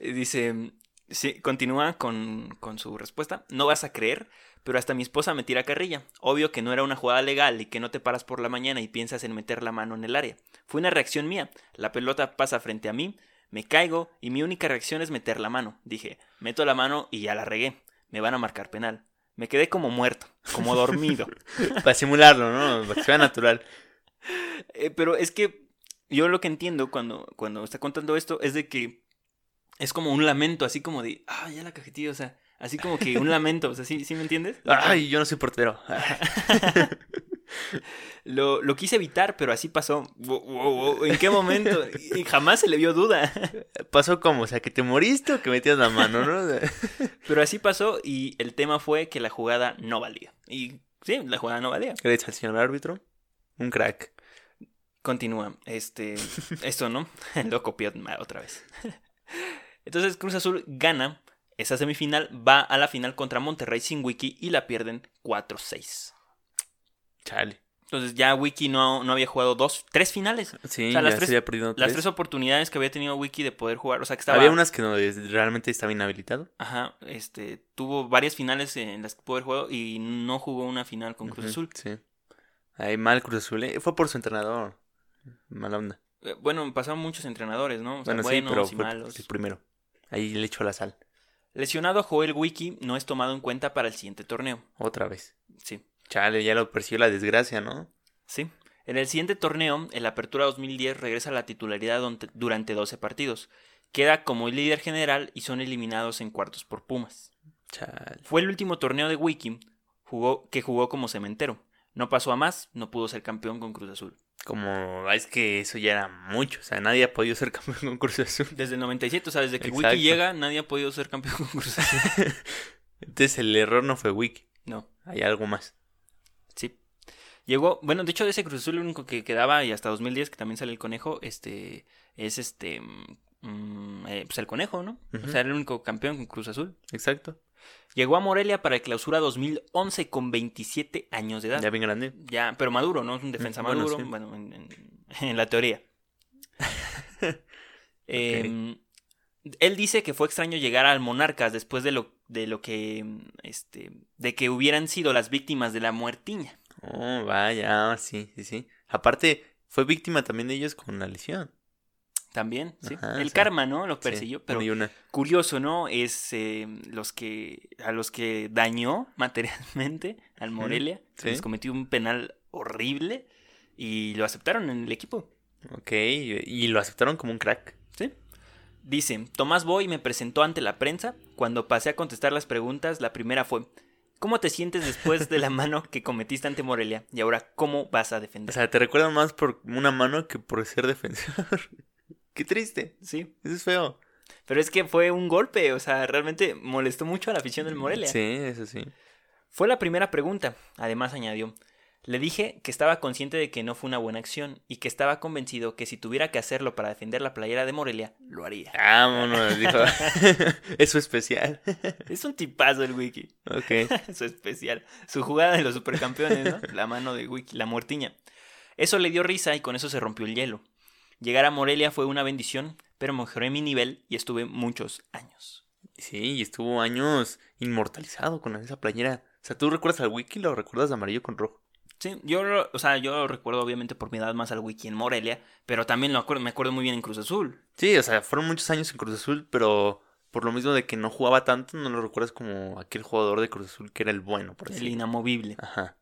Speaker 2: Y Dice, sí, continúa con, con su respuesta. No vas a creer, pero hasta mi esposa me tira carrilla. Obvio que no era una jugada legal y que no te paras por la mañana y piensas en meter la mano en el área. Fue una reacción mía. La pelota pasa frente a mí, me caigo y mi única reacción es meter la mano. Dije, meto la mano y ya la regué. Me van a marcar penal. Me quedé como muerto, como dormido.
Speaker 1: Para simularlo, ¿no? Para que sea natural.
Speaker 2: Eh, pero es que yo lo que entiendo cuando, cuando está contando esto es de que es como un lamento, así como de, ah, ya la cajetilla, o sea, así como que un lamento, o sea, ¿sí, sí me entiendes?
Speaker 1: Ay, yo no soy portero. Ah,
Speaker 2: Lo, lo quise evitar, pero así pasó. Wo- wo- wo, ¿En qué momento? Y jamás se le vio duda.
Speaker 1: Pasó como, o sea, que te moriste o que metías la mano, ¿no?
Speaker 2: Pero así pasó y el tema fue que la jugada no valía. Y sí, la jugada no valía.
Speaker 1: Gracias al señor árbitro. Un crack.
Speaker 2: Continúa, este, esto no, lo copió ma- otra vez. Entonces Cruz Azul gana esa semifinal, va a la final contra Monterrey sin wiki y la pierden 4-6.
Speaker 1: Chale.
Speaker 2: Entonces ya Wiki no, no había jugado dos, tres finales.
Speaker 1: Sí,
Speaker 2: O sea, las
Speaker 1: ya
Speaker 2: tres-
Speaker 1: se había perdido
Speaker 2: Las
Speaker 1: tres.
Speaker 2: tres oportunidades que había tenido Wiki de poder jugar. O sea, que estaba.
Speaker 1: Había unas que no, es- realmente estaba inhabilitado.
Speaker 2: Ajá, este, tuvo varias finales en las que pudo haber jugado y no jugó una final con Cruz
Speaker 1: Ujú,
Speaker 2: Azul.
Speaker 1: Sí. Ahí mal Cruz Azul. eh. Fue por su entrenador. Mala onda.
Speaker 2: Eh, Bueno, pasaron muchos entrenadores, ¿no? O sea,
Speaker 1: bueno, sí,
Speaker 2: buenos
Speaker 1: pero
Speaker 2: y
Speaker 1: fue
Speaker 2: malos.
Speaker 1: el primero. Ahí le echó la sal.
Speaker 2: Lesionado Joel Wiki no es tomado en cuenta para el siguiente torneo.
Speaker 1: Otra vez.
Speaker 2: Sí,
Speaker 1: Chale, ya lo persiguió la desgracia, ¿no?
Speaker 2: sí. En el siguiente torneo, en la Apertura 2010, regresa a la titularidad donte- durante 12 partidos. Queda como líder general y son eliminados en cuartos por Pumas.
Speaker 1: Chale.
Speaker 2: Fue el último torneo de Wiki jugó, que jugó como cementero. No pasó a más, no pudo ser campeón con Cruz Azul.
Speaker 1: Como es que eso ya era mucho. O sea, nadie ha podido ser campeón con Cruz Azul.
Speaker 2: Desde el 97, o sea, desde que
Speaker 1: Exacto.
Speaker 2: Wiki llega, nadie ha podido ser campeón con Cruz Azul.
Speaker 1: Entonces el error no fue Wiki.
Speaker 2: No,
Speaker 1: Hay algo más.
Speaker 2: sí. Llegó, bueno, de hecho de ese Cruz Azul lo único que quedaba y hasta 2010 que también sale el conejo, este es este mm, eh, pues el conejo, ¿no? O
Speaker 1: Ujú.
Speaker 2: sea, era el único campeón con Cruz Azul.
Speaker 1: Exacto.
Speaker 2: Llegó a Morelia para el clausura 2011 con 27 años de edad.
Speaker 1: Ya bien grande.
Speaker 2: Ya, pero Maduro, ¿no? Es un defensa
Speaker 1: Mm, bueno,
Speaker 2: Maduro,
Speaker 1: sí.
Speaker 2: bueno, en, en- en la teoría. Em, él dice que fue extraño llegar al Monarcas después de lo, de lo que, em, este, de que hubieran sido las víctimas de la muertiña.
Speaker 1: Oh, vaya, ah, sí, sí, sí. Aparte, fue víctima también de ellos con la lesión.
Speaker 2: También, ¿sí?
Speaker 1: Ajá,
Speaker 2: el
Speaker 1: sí.
Speaker 2: karma, ¿no? Los
Speaker 1: Sí,
Speaker 2: persiguió,
Speaker 1: una
Speaker 2: pero
Speaker 1: y una.
Speaker 2: curioso, ¿no? Es em, los que, a los que dañó materialmente al Morelia, que
Speaker 1: sí.
Speaker 2: les cometió un penal horrible y lo aceptaron en el equipo.
Speaker 1: Ok, y lo aceptaron como un crack.
Speaker 2: ¿Sí? Dice, Tomás Boy me presentó ante la prensa. Cuando pasé a contestar las preguntas, la primera fue, ¿cómo te sientes después de la mano que cometiste ante Morelia? Y ahora, ¿cómo vas a
Speaker 1: O
Speaker 2: defender?
Speaker 1: sea, te recuerdan más por una mano que por ser defensor. Qué triste.
Speaker 2: Sí,
Speaker 1: Eso es feo.
Speaker 2: pero es que fue un golpe, o sea, realmente molestó mucho a la afición del Morelia.
Speaker 1: Sí, eso sí.
Speaker 2: Fue la primera pregunta, además añadió. Le dije que estaba consciente de que no fue una buena acción y que estaba convencido que si tuviera que hacerlo para defender la playera de Morelia, lo haría.
Speaker 1: Vámonos, dijo. es su especial.
Speaker 2: Es un tipazo el wiki.
Speaker 1: Ok.
Speaker 2: su especial, su jugada de los supercampeones, ¿no? La mano de Wiki, la muertiña. Eso le dio risa y con eso se rompió el hielo. Llegar a Morelia fue una bendición, pero mejoré mi nivel y estuve muchos años.
Speaker 1: Sí, y estuvo años inmortalizado con esa playera. O sea, ¿tú recuerdas al Wiki y lo recuerdas de amarillo con rojo?
Speaker 2: Sí, yo, lo- o sea, yo lo recuerdo obviamente por mi edad más al Wiki en Morelia, pero también lo acuerdo, me acuerdo muy bien en Cruz Azul.
Speaker 1: Sí, o sea, fueron muchos años en Cruz Azul, pero por lo mismo de que no jugaba tanto, no lo recuerdas como aquel jugador de Cruz Azul que era el bueno, por
Speaker 2: El
Speaker 1: decirlo.
Speaker 2: inamovible.
Speaker 1: Ajá.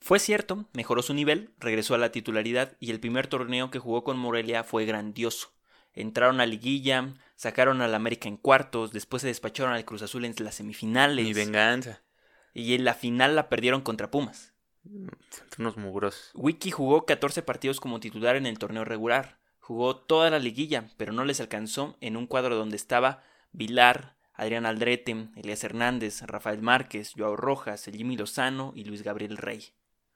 Speaker 2: Fue cierto, mejoró su nivel, regresó a la titularidad y el primer torneo que jugó con Morelia fue grandioso. Entraron a liguilla, sacaron al América en cuartos, después se despacharon al Cruz Azul en las semifinales
Speaker 1: Mi venganza.
Speaker 2: y en la final la perdieron contra Pumas.
Speaker 1: Son unos mugrosos.
Speaker 2: Wiki jugó 14 partidos como titular en el torneo regular, jugó toda la liguilla, pero no les alcanzó en un cuadro donde estaba Vilar, Adrián Aldrete, Elías Hernández, Rafael Márquez, Joao Rojas, el Jimmy Lozano y Luis Gabriel Rey.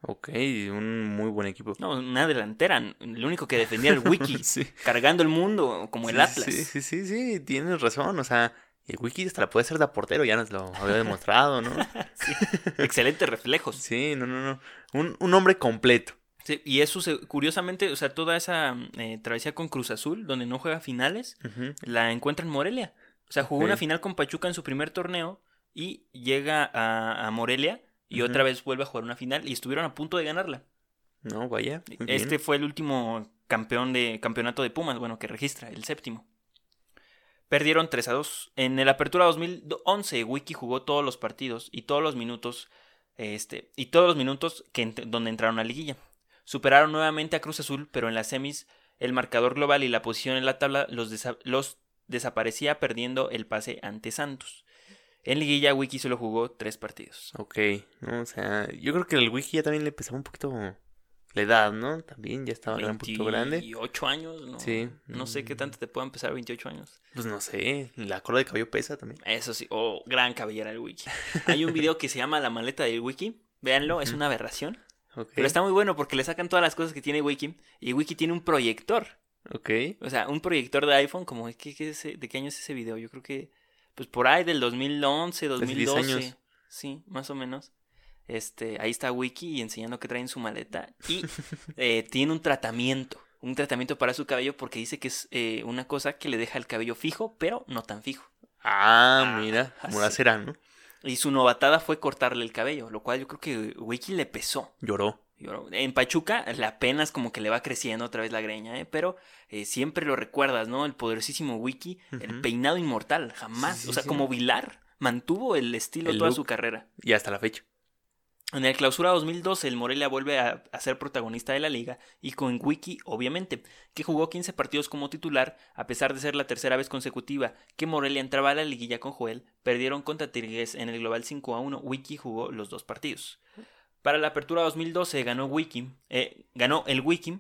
Speaker 1: Ok, un muy buen equipo.
Speaker 2: No, una delantera. El único que defendía el Wiki,
Speaker 1: sí.
Speaker 2: cargando el mundo como el
Speaker 1: Sí,
Speaker 2: Atlas.
Speaker 1: Sí, sí, sí, sí, tienes razón. O sea, el Wiki hasta la puede hacer de portero, ya nos lo había demostrado, ¿no? Pues,
Speaker 2: Excelentes reflejos.
Speaker 1: Sí, no, no, no. Un, un hombre completo.
Speaker 2: Sí, y eso, se- curiosamente, o sea, toda esa eh, travesía con Cruz Azul, donde no juega finales,
Speaker 1: Ujú.
Speaker 2: la encuentra en Morelia. O sea, jugó
Speaker 1: Ok.
Speaker 2: una final con Pachuca en su primer torneo y llega a, a Morelia y
Speaker 1: Ujú.
Speaker 2: otra vez vuelve a jugar una final y estuvieron a punto de ganarla.
Speaker 1: No, vaya. muy bien.
Speaker 2: este fue el último campeón de campeonato de Pumas, bueno, que registra, el séptimo. Perdieron 3 a 2. En el Apertura 2011, Wiki jugó todos los partidos y todos los minutos, este, y todos los minutos que ent- donde entraron a liguilla. Superaron nuevamente a Cruz Azul, pero en las semis el marcador global y la posición en la tabla los, desa- los desaparecía perdiendo el pase ante Santos. En liguilla Wiki solo jugó tres partidos.
Speaker 1: Ok, no, o sea, yo creo que el Wiki ya también le pesaba un poquito la edad, ¿no? También ya estaba un poquito grande.
Speaker 2: 28 años, no,
Speaker 1: Sí. mm,
Speaker 2: no sé qué tanto te puedan empezar 28 años.
Speaker 1: Pues no sé, la cola de cabello pesa también.
Speaker 2: Eso sí, oh, gran cabellera del wiki. Hay un video que se llama La maleta del wiki. Véanlo, es
Speaker 1: Ujú. ¿Eh?
Speaker 2: una aberración.
Speaker 1: Ok,
Speaker 2: Pero está muy bueno porque le sacan todas las cosas que tiene Wiki. Y Wiki tiene un proyector.
Speaker 1: ok.
Speaker 2: O sea, un proyector de iPhone. Como, ¿qué, qué es ese- ¿De qué año es ese video? Yo creo que, pues por ahí del 2011,
Speaker 1: Hace 10
Speaker 2: 2012.
Speaker 1: años.
Speaker 2: Sí, más o menos. Este, ahí está Wiki enseñando que trae en su maleta. Y eh, tiene un tratamiento. Un tratamiento para su cabello porque dice que es eh, una cosa que le deja el cabello fijo, pero no tan fijo.
Speaker 1: Ah, mira, como la
Speaker 2: así.
Speaker 1: serán, ¿no?
Speaker 2: Y su novatada fue cortarle el cabello, lo cual yo creo que Wiki le pesó.
Speaker 1: Lloró.
Speaker 2: Yo- En Pachuca, la apenas como que le va creciendo otra vez la greña, ¿eh? pero eh, siempre lo recuerdas, ¿no? El poderosísimo Wiki, el
Speaker 1: Ujú.
Speaker 2: peinado inmortal, jamás.
Speaker 1: Sí, sí,
Speaker 2: o sea,
Speaker 1: sí.
Speaker 2: como Vilar, mantuvo el estilo
Speaker 1: El
Speaker 2: toda
Speaker 1: look.
Speaker 2: su carrera.
Speaker 1: Y hasta la fecha.
Speaker 2: En el clausura 2012, el Morelia vuelve a, a ser protagonista de la liga y con Wiki, obviamente, que jugó 15 partidos como titular, a pesar de ser la tercera vez consecutiva que Morelia entraba a la liguilla con Joel, perdieron contra Tigres en el global 5 a 1. Wiki jugó los dos partidos. Para la apertura 2012 ganó Wiki, eh, ganó el Wiki,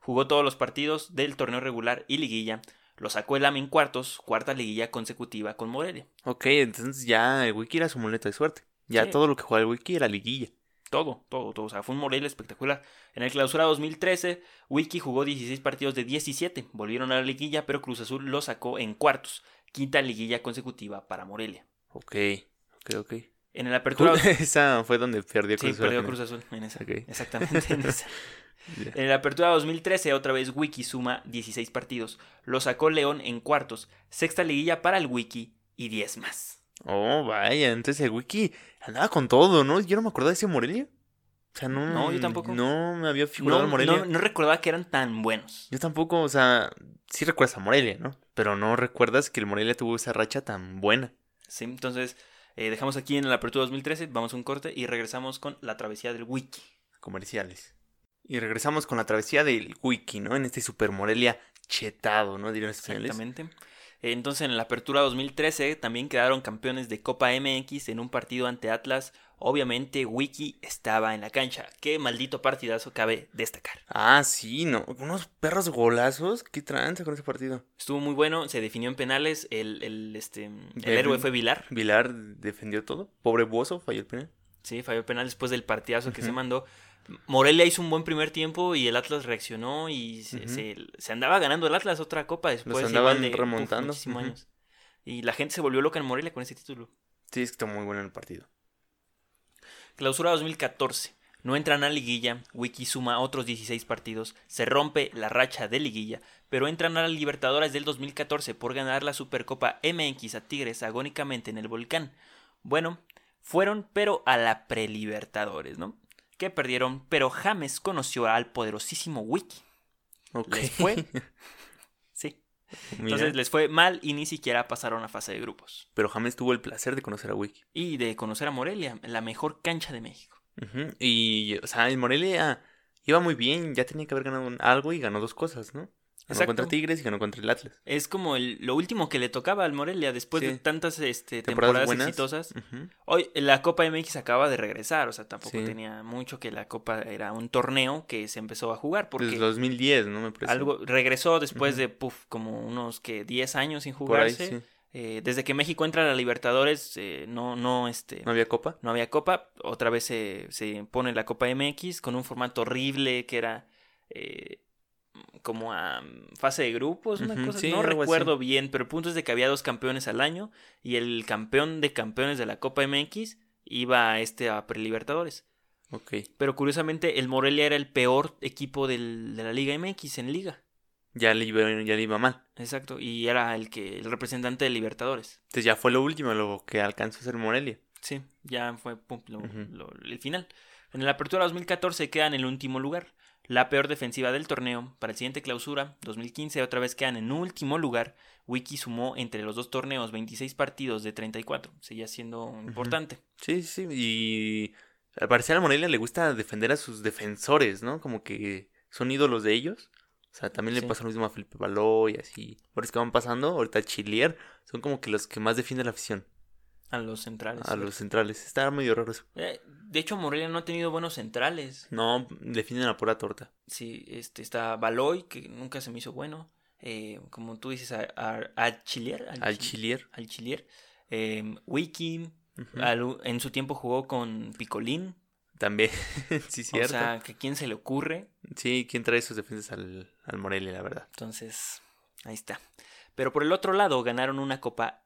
Speaker 2: jugó todos los partidos del torneo regular y liguilla, lo sacó el AME en cuartos, cuarta liguilla consecutiva con Morelia.
Speaker 1: Ok, entonces ya el wiki era su muleta de suerte. Ya
Speaker 2: Sí.
Speaker 1: todo lo que jugaba el wiki era liguilla.
Speaker 2: Todo, todo, todo. O sea, fue un Morelia espectacular. En el clausura 2013, Wiki jugó 16 partidos de 17. Volvieron a la liguilla, pero Cruz Azul lo sacó en cuartos. Quinta liguilla consecutiva para Morelia.
Speaker 1: Ok, ok, ok.
Speaker 2: En el apertura... Sí,
Speaker 1: Esa fue donde perdió Cruz Azul al
Speaker 2: perdió
Speaker 1: final.
Speaker 2: Cruz Azul. En esa.
Speaker 1: Ok.
Speaker 2: Exactamente en esa.
Speaker 1: Ya.
Speaker 2: En la apertura 2013, otra vez Wiki suma 16 partidos. Lo sacó León en cuartos. Sexta liguilla para el Wiki y 10 más.
Speaker 1: Oh, vaya, entonces el wiki andaba con todo, ¿no? Yo no me acordaba de ese Morelia. O sea, no.
Speaker 2: No, yo tampoco.
Speaker 1: No me había figurado
Speaker 2: No,
Speaker 1: el Morelia.
Speaker 2: no- no recordaba que eran tan buenos.
Speaker 1: Yo tampoco, o sea, sí recuerdas a Morelia, ¿no? Pero no recuerdas que el Morelia tuvo esa racha tan buena.
Speaker 2: Sí, entonces eh, dejamos aquí en la apertura 2013, vamos a un corte y regresamos con la travesía del wiki.
Speaker 1: comerciales. Y regresamos con la travesía del wiki, ¿no? En este Super Morelia chetado, ¿no? Dirían los españoles.
Speaker 2: Exactamente. Entonces en la apertura 2013 también quedaron campeones de Copa MX en un partido ante Atlas. Obviamente Wiki estaba en la cancha. Qué maldito partidazo cabe destacar.
Speaker 1: Ah, sí, ¿no? Unos perros golazos. Qué tranza con ese partido.
Speaker 2: Estuvo muy bueno, se definió en penales. El, el, este, el
Speaker 1: Devin.
Speaker 2: héroe fue Vilar.
Speaker 1: Vilar defendió todo. Pobre Buoso, falló el penal.
Speaker 2: Sí, falló penal después del partidazo que se
Speaker 1: Ujú.
Speaker 2: mandó. Morelia hizo un buen primer tiempo y el Atlas reaccionó y se,
Speaker 1: Ujú.
Speaker 2: se- se andaba ganando el Atlas otra copa después.
Speaker 1: Los
Speaker 2: igual
Speaker 1: andaban
Speaker 2: de, uf,
Speaker 1: remontando.
Speaker 2: muchísimos
Speaker 1: Ujú.
Speaker 2: años. Y la gente se volvió loca en Morelia con ese título.
Speaker 1: Sí, es que está muy bueno el partido.
Speaker 2: Clausura 2014. No entran a liguilla, Wiki suma otros 16 partidos, se rompe la racha de liguilla, pero entran a las Libertadores del 2014 por ganar la Supercopa MX a Tigres agónicamente en el volcán. Bueno, fueron pero a la prelibertadores, ¿no? Que perdieron, pero James conoció al poderosísimo Wiki.
Speaker 1: Ok.
Speaker 2: Les fue. Sí.
Speaker 1: Mira,
Speaker 2: Entonces les fue mal y ni siquiera pasaron a fase de grupos.
Speaker 1: Pero James tuvo el placer de conocer a Wiki.
Speaker 2: Y de conocer a Morelia, la mejor cancha de México.
Speaker 1: Ujú, Y, o sea, el Morelia iba muy bien. Ya tenía que haber ganado un- algo y ganó dos cosas, ¿no? Ganó
Speaker 2: Exacto.
Speaker 1: contra Tigres y ganó contra el Atlas.
Speaker 2: Es como el- lo último que le tocaba al Morelia después
Speaker 1: Sí.
Speaker 2: de tantas este,
Speaker 1: Temporadas
Speaker 2: temporadas,
Speaker 1: buenas.
Speaker 2: exitosas.
Speaker 1: Ujú.
Speaker 2: Hoy la Copa MX acaba de regresar, o sea, tampoco
Speaker 1: Sí.
Speaker 2: tenía mucho que la Copa era un torneo que se empezó a jugar porque
Speaker 1: Desde 2010, ¿no? Me parece.
Speaker 2: algo regresó después
Speaker 1: Ujú.
Speaker 2: de puf, como unos que 10 años sin
Speaker 1: Por ahí,
Speaker 2: jugarse.
Speaker 1: sí.
Speaker 2: Eh, desde que México entra a la Libertadores eh, no no este
Speaker 1: ¿No había copa?
Speaker 2: no había copa, otra vez se, se pone la Copa MX con un formato horrible que era eh, como a mm, fase de grupos, una
Speaker 1: Ujú,
Speaker 2: cosa,
Speaker 1: sí,
Speaker 2: no
Speaker 1: algo así.
Speaker 2: recuerdo bien, pero el punto es de que había dos campeones al año y el campeón de campeones de la Copa MX iba a este a Prelibertadores.
Speaker 1: Ok.
Speaker 2: Pero curiosamente el Morelia era el peor equipo del- de la Liga MX en Liga.
Speaker 1: Ya le, iba, ya le iba mal.
Speaker 2: Exacto, y era el que el representante de Libertadores.
Speaker 1: Entonces ya fue lo último, lo que alcanzó a ser Morelia.
Speaker 2: Sí, ya fue pum, lo-
Speaker 1: Ujú.
Speaker 2: lo- el final. En la apertura 2014 queda en el último lugar. La peor defensiva del torneo. Para el siguiente clausura, 2015, otra vez quedan en último lugar. Wiki sumó entre los dos torneos 26 partidos de 34. Seguía siendo importante.
Speaker 1: Sí, sí, sí, y al parecer a Morelia le gusta defender a sus defensores, ¿no? Como que son ídolos de ellos. O sea, también le
Speaker 2: Sí.
Speaker 1: pasa lo mismo a Felipe Baló y así. Ahora es que van pasando, ahorita Chilier, son como que los que más defienden a la afición,
Speaker 2: A los centrales.
Speaker 1: a los centrales. Está medio raro eso.
Speaker 2: Eh, de hecho, Morelia no ha tenido buenos centrales.
Speaker 1: No, defienden a pura torta.
Speaker 2: Sí, este, está Baloy, que nunca se me hizo bueno. Eh, como tú dices, a, a- a Chilier.
Speaker 1: Al
Speaker 2: Chil-
Speaker 1: Chilier.
Speaker 2: Al Chilier. Em, Wiki.
Speaker 1: Ujú.
Speaker 2: Al- en su tiempo jugó con Picolín.
Speaker 1: También, sí, cierto.
Speaker 2: O sea, que a quién se le ocurre.
Speaker 1: Sí, ¿quién trae sus defensas al, al Morelia, la verdad?
Speaker 2: Entonces, ahí está. Pero por el otro lado, ganaron una copa.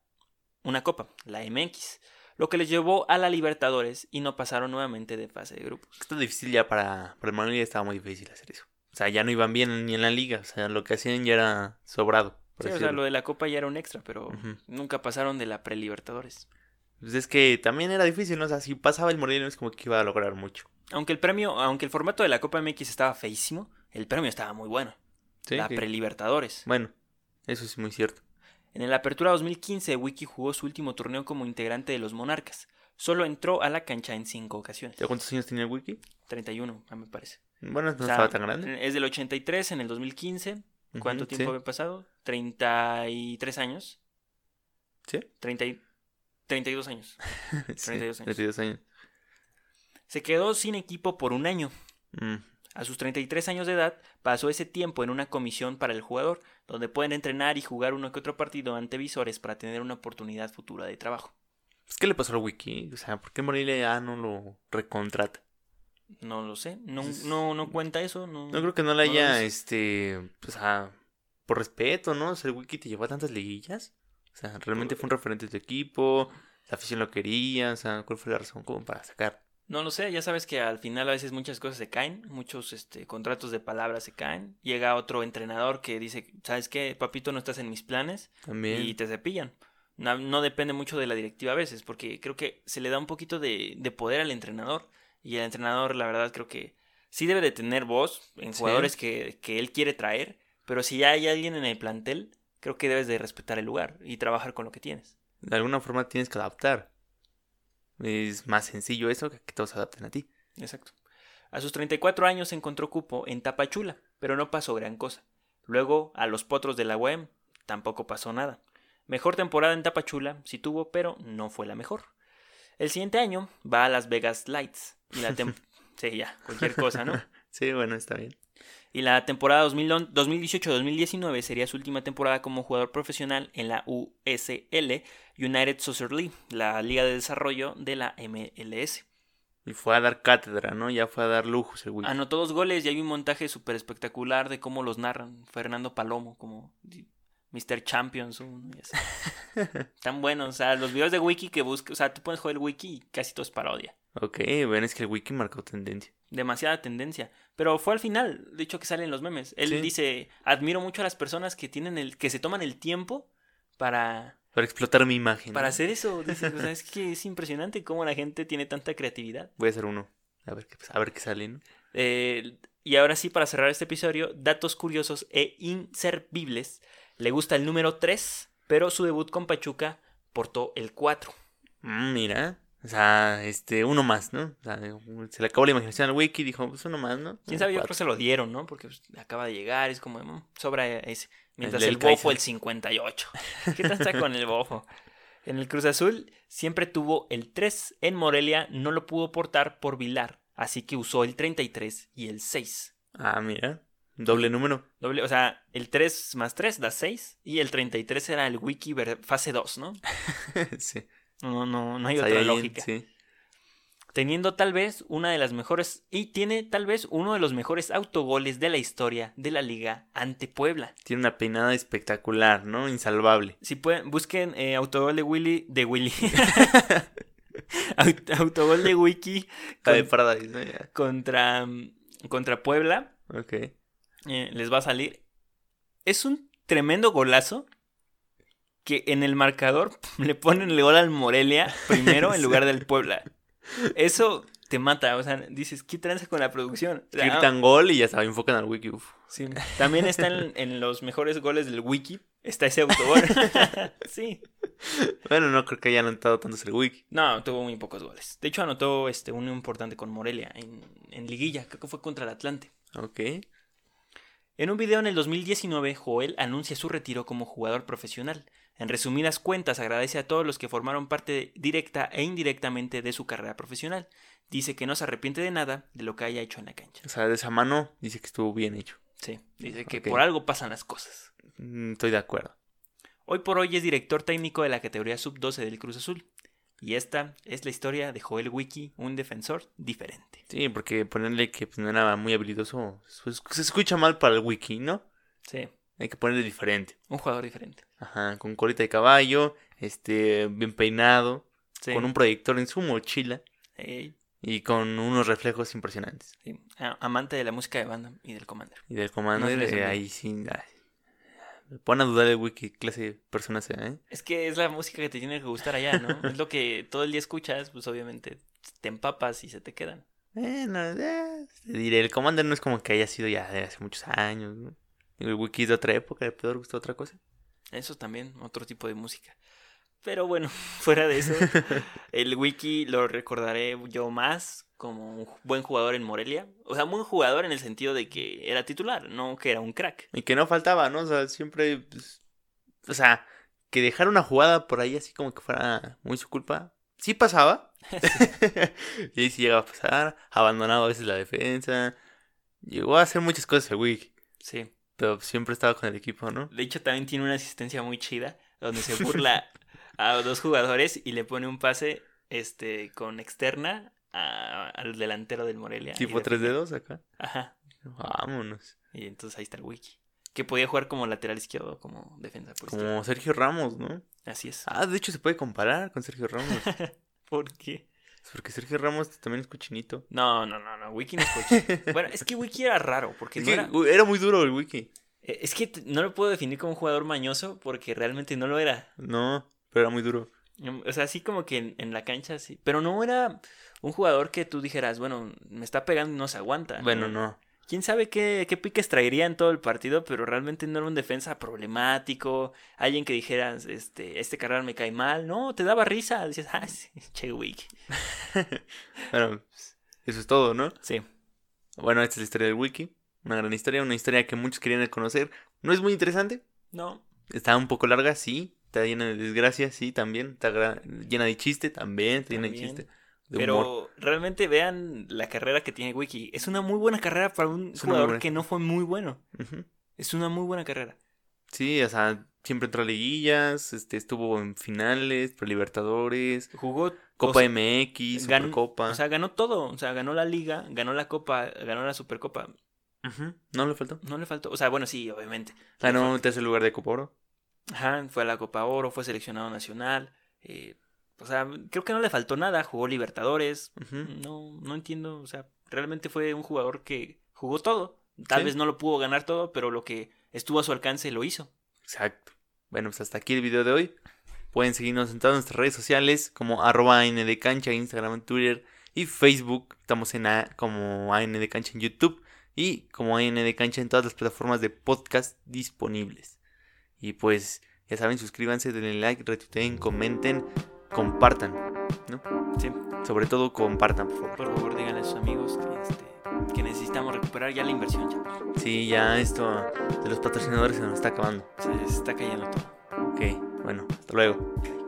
Speaker 2: Una copa, la MX. lo que les llevó a la Libertadores y no pasaron nuevamente de fase de grupos.
Speaker 1: Está difícil ya para, para el Manila, estaba muy difícil hacer eso. O sea, ya no iban bien ni en la liga. O sea, lo que hacían ya era sobrado. por
Speaker 2: Sí, o sea,
Speaker 1: decirlo.
Speaker 2: lo de la Copa ya era un extra, pero
Speaker 1: Ujú.
Speaker 2: nunca pasaron de la pre-Libertadores.
Speaker 1: Pues es que también era difícil, ¿no? O sea, si pasaba el Morelia no es como que iba a lograr mucho.
Speaker 2: Aunque el premio, aunque el formato de la Copa MX estaba feísimo, el premio estaba muy bueno.
Speaker 1: Sí,
Speaker 2: la
Speaker 1: que-
Speaker 2: pre-Libertadores.
Speaker 1: Bueno, eso es muy cierto.
Speaker 2: En el Apertura 2015, Wiki jugó su último torneo como integrante de los Monarcas. Solo entró a la cancha en cinco ocasiones.
Speaker 1: ¿Ya cuántos años tenía el Wiki?
Speaker 2: 31, ah, me parece.
Speaker 1: Bueno, no
Speaker 2: O sea,
Speaker 1: estaba tan grande.
Speaker 2: Es del 83 en el 2015.
Speaker 1: Ujú,
Speaker 2: ¿Cuánto
Speaker 1: sí.
Speaker 2: tiempo había pasado? 33 años.
Speaker 1: Sí,
Speaker 2: 30 y- 32 años.
Speaker 1: sí,
Speaker 2: 32 años.
Speaker 1: 32 años.
Speaker 2: Se quedó sin equipo por un año.
Speaker 1: Mm,
Speaker 2: A sus 33 años de edad, pasó ese tiempo en una comisión para el jugador, donde pueden entrenar y jugar uno que otro partido ante visores para tener una oportunidad futura de trabajo.
Speaker 1: Pues, ¿qué le pasó al Wiki? O sea, ¿por qué Morelia ya no lo recontrata?
Speaker 2: No lo sé, no,
Speaker 1: Pues-
Speaker 2: no, no cuenta eso, no.
Speaker 1: No creo que no
Speaker 2: No lo
Speaker 1: le haya,
Speaker 2: dice.
Speaker 1: este, pues, ah, por respeto, ¿no? O sea, el Wiki te llevó a tantas liguillas. O sea, realmente fue un referente de tu equipo, la afición lo quería, o sea, ¿cuál fue la razón como para sacar?
Speaker 2: No lo sé, ya sabes que al final a veces muchas cosas se caen, muchos este, contratos de palabras se caen. Llega otro entrenador que dice, ¿sabes qué? Papito, no estás en mis planes
Speaker 1: También.
Speaker 2: y te cepillan. No, no depende mucho de la directiva a veces, porque creo que se le da un poquito de, de poder al entrenador. Y el entrenador, la verdad, creo que sí debe de tener voz en
Speaker 1: Sí.
Speaker 2: jugadores que, que él quiere traer, pero si ya hay alguien en el plantel, creo que debes de respetar el lugar y trabajar con lo que tienes.
Speaker 1: de alguna forma tienes que adaptar. Es más sencillo eso que que todos se adapten a ti.
Speaker 2: Exacto. A sus 34 años encontró cupo en Tapachula, pero no pasó gran cosa. Luego a los Potros de la UEM, tampoco pasó nada. Mejor temporada en Tapachula sí tuvo, pero no fue la mejor. El siguiente año va a Las Vegas Lights y la tem- sí, ya, cualquier cosa, ¿no?
Speaker 1: Sí, bueno, está bien.
Speaker 2: Y la temporada 2011 2018-2019 sería su última temporada como jugador profesional en la USL, United Soccer League, la liga de desarrollo de la MLS.
Speaker 1: Y fue a dar cátedra, ¿no? Ya fue a dar lujos el Wiki.
Speaker 2: Anotó dos goles y hay un montaje súper espectacular de cómo los narran. Fernando Palomo, como di- Mr. Champions. uno y así. Tan buenos. O sea, los videos de Wiki que buscas. O sea, tú puedes jugar el Wiki y casi todo es parodia.
Speaker 1: Ok, bueno, es que el Wiki marcó tendencia.
Speaker 2: Demasiada tendencia. Pero fue al final, de hecho, que salen los memes. Él
Speaker 1: Sí.
Speaker 2: dice: Admiro mucho a las personas que tienen el, que se toman el tiempo para,
Speaker 1: Para explotar mi imagen.
Speaker 2: para
Speaker 1: ¿no?
Speaker 2: hacer eso. Dice, o sea, es que es impresionante cómo la gente tiene tanta creatividad.
Speaker 1: Voy a hacer uno. A ver qué, pues, a ver qué sale, ¿no?
Speaker 2: Eh, y ahora sí, para cerrar este episodio, datos curiosos e inservibles. Le gusta el número 3, pero su debut con Pachuca portó el 4.
Speaker 1: Mm, mira. O sea, este, uno más, ¿no? O sea, se le acabó la imaginación al Wiki y dijo, pues uno más, ¿no?
Speaker 2: ¿Quién sabe? Yo
Speaker 1: Cuatro.
Speaker 2: creo que se lo dieron, ¿no? Porque pues, acaba de llegar, es como, mm, sobra ese. Mientras
Speaker 1: El
Speaker 2: el,
Speaker 1: del
Speaker 2: bofo
Speaker 1: Kaiser.
Speaker 2: el 58. ¿Qué tal está con el bofo? En el Cruz Azul siempre tuvo el 3. En Morelia no lo pudo portar por Vilar, así que usó el 33 y el 6.
Speaker 1: Ah, mira. Doble número.
Speaker 2: Doble, o sea, el 3 más 3 da 6 y el 33 era el wiki ver- fase 2, ¿no?
Speaker 1: sí.
Speaker 2: No, no, no hay
Speaker 1: O sea,
Speaker 2: otra
Speaker 1: ahí-
Speaker 2: lógica.
Speaker 1: Sí.
Speaker 2: Teniendo tal vez una de las mejores y tiene tal vez uno de los mejores autogoles de la historia de la liga ante Puebla.
Speaker 1: Tiene una peinada espectacular, ¿no? Insalvable.
Speaker 2: Si pueden, busquen eh, autogol de Willy, de Willy. Aut- autogol de Wiki
Speaker 1: La de
Speaker 2: con-
Speaker 1: Paradise, ¿no? Ya.
Speaker 2: contra, contra Puebla.
Speaker 1: Ok.
Speaker 2: eh, les va a salir. Es un tremendo golazo que en el marcador le ponen el gol al Morelia primero en
Speaker 1: Sí.
Speaker 2: lugar del Puebla. Eso te mata, o sea, dices, ¿qué tranza con la producción? O sea,
Speaker 1: Gritan gol y ya saben, enfocan al wiki. uf.
Speaker 2: sí. También está en, en los mejores goles del wiki, está ese autogol. sí.
Speaker 1: Bueno, no creo que haya anotado tanto el wiki.
Speaker 2: No, tuvo muy pocos goles. De hecho, anotó este, uno importante con Morelia en, en Liguilla, creo que fue contra el Atlante.
Speaker 1: Ok.
Speaker 2: En un video en el 2019, Joel anuncia su retiro como jugador profesional. En resumidas cuentas, agradece a todos los que formaron parte directa e indirectamente de su carrera profesional. Dice que no se arrepiente de nada de lo que haya hecho en la cancha.
Speaker 1: O sea, de esa mano dice que estuvo bien hecho.
Speaker 2: Sí, dice que
Speaker 1: Ok.
Speaker 2: por algo pasan las cosas.
Speaker 1: Mm, Estoy de acuerdo.
Speaker 2: Hoy por hoy es director técnico de la categoría sub-12 del Cruz Azul. Y esta es la historia de Joel Wiki, un defensor diferente.
Speaker 1: Sí, porque ponerle que pues, no era muy habilidoso se es- se escucha mal para el wiki, ¿no?
Speaker 2: Sí,
Speaker 1: Hay que ponerle diferente.
Speaker 2: un jugador diferente.
Speaker 1: Ajá, con colita de caballo, este, bien peinado.
Speaker 2: Sí.
Speaker 1: con un proyector en su mochila
Speaker 2: Ey,
Speaker 1: y con unos reflejos impresionantes.
Speaker 2: sí. A- amante de la música de banda y del Commander.
Speaker 1: Y del comando
Speaker 2: No se les olvida.
Speaker 1: ahí sí. ay. Me pone a dudar de güey qué clase de persona sea, ¿eh?
Speaker 2: Es que es la música que te tiene que gustar allá, ¿no? es lo que todo el día escuchas, pues obviamente te empapas y se te quedan.
Speaker 1: Bueno, eh, te diré, el Commander no es como que haya sido ya de hace muchos años, ¿no? Digo, El Wiki es de otra época, le puede haber gustado otra cosa.
Speaker 2: Eso también, otro tipo de música. Pero bueno, fuera de eso, el wiki lo recordaré yo más como un ju- buen jugador en Morelia. O sea, buen jugador en el sentido de que era titular, no que era un crack.
Speaker 1: Y que no faltaba, ¿no? O sea, siempre. pues, o sea, que dejar una jugada por ahí así como que fuera muy su culpa. Sí pasaba. y ahí sí llegaba a pasar. Abandonaba a veces la defensa. Llegó a hacer muchas cosas el Wiki.
Speaker 2: Sí.
Speaker 1: Pero siempre estaba con el equipo, ¿no?
Speaker 2: De hecho, también tiene una asistencia muy chida donde se burla a dos jugadores y le pone un pase este, con externa a- al delantero del Morelia.
Speaker 1: Tipo
Speaker 2: Y de-
Speaker 1: tres dedos acá.
Speaker 2: Ajá.
Speaker 1: Vámonos.
Speaker 2: Y entonces ahí está el wiki. Que podía jugar como lateral izquierdo o como defensa. por izquierda.
Speaker 1: Como Sergio Ramos, ¿no?
Speaker 2: Así es.
Speaker 1: Ah, de hecho se puede comparar con Sergio Ramos.
Speaker 2: ¿Por qué?
Speaker 1: Pues Porque Sergio Ramos este también es cochinito.
Speaker 2: No, no, no, no, Wiki no es coche. bueno, es que Wiki era raro, porque
Speaker 1: Es
Speaker 2: no
Speaker 1: que,
Speaker 2: era...
Speaker 1: güey, era muy duro el Wiki.
Speaker 2: eh, Es que t- no lo puedo definir como un jugador mañoso porque realmente no lo era. Mm,
Speaker 1: No, pero era muy duro.
Speaker 2: O sea, así como que en, en la cancha, sí. Pero no era un jugador que tú dijeras, bueno, me está pegando y Ah, no se aguanta.
Speaker 1: Bueno, no.
Speaker 2: ¿Quién sabe qué, qué piques traería en todo el partido? Pero realmente no era un defensa problemático. Alguien que dijeras, este, este carrera me cae mal. No, te daba risa. Dices, ah, sí, che, Wiki.
Speaker 1: Bueno, pues, eso es todo, ¿no?
Speaker 2: Sí.
Speaker 1: Bueno, esta es la historia del wiki. Una gran historia, una historia que muchos querían conocer. No es muy interesante.
Speaker 2: No,
Speaker 1: Está un poco larga, sí. Está llena de desgracia, sí, también. Está gra- llena de chiste, también. Está llena de
Speaker 2: También.
Speaker 1: chiste. De
Speaker 2: Pero
Speaker 1: humor.
Speaker 2: realmente vean la carrera que tiene Wiki. Es una muy buena carrera para un
Speaker 1: Es una muy
Speaker 2: jugador
Speaker 1: buena
Speaker 2: que no fue muy bueno.
Speaker 1: Ujú.
Speaker 2: Es una muy buena carrera.
Speaker 1: Sí, o sea, siempre entró a liguillas. Este, estuvo en finales, prelibertadores,
Speaker 2: Jugó
Speaker 1: Copa
Speaker 2: o sea,
Speaker 1: MX,
Speaker 2: gan-
Speaker 1: Supercopa.
Speaker 2: O sea, ganó todo. O sea, ganó la liga, ganó la copa, ganó la supercopa.
Speaker 1: Ujú, No le faltó.
Speaker 2: No le faltó. O sea, bueno, sí, obviamente.
Speaker 1: Ganó un tercer lugar de Copa Oro.
Speaker 2: Ajá, fue a la Copa Oro, fue seleccionado nacional. eh, o sea, creo que no le faltó nada. Jugó Libertadores.
Speaker 1: Ujú.
Speaker 2: No, no entiendo. O sea, realmente fue un jugador que jugó todo. Tal
Speaker 1: Sí.
Speaker 2: vez no lo pudo ganar todo, pero lo que estuvo a su alcance lo hizo.
Speaker 1: Exacto. Bueno, pues hasta aquí el video de hoy. Pueden seguirnos en todas nuestras redes sociales como arroba AND Cancha, Instagram, Twitter y Facebook. Estamos en A- como AND Cancha en YouTube y como AND Cancha en todas las plataformas de podcast disponibles. Y pues ya saben, suscríbanse, denle like, retuiteen, comenten, compartan. ¿no?
Speaker 2: Sí.
Speaker 1: Sobre todo compartan, por favor.
Speaker 2: Por favor, díganle a sus amigos que, este, que necesitamos recuperar ya la inversión, chavos.
Speaker 1: Sí, ya esto de los patrocinadores se nos está acabando.
Speaker 2: Se está cayendo todo.
Speaker 1: Ok, bueno, hasta luego.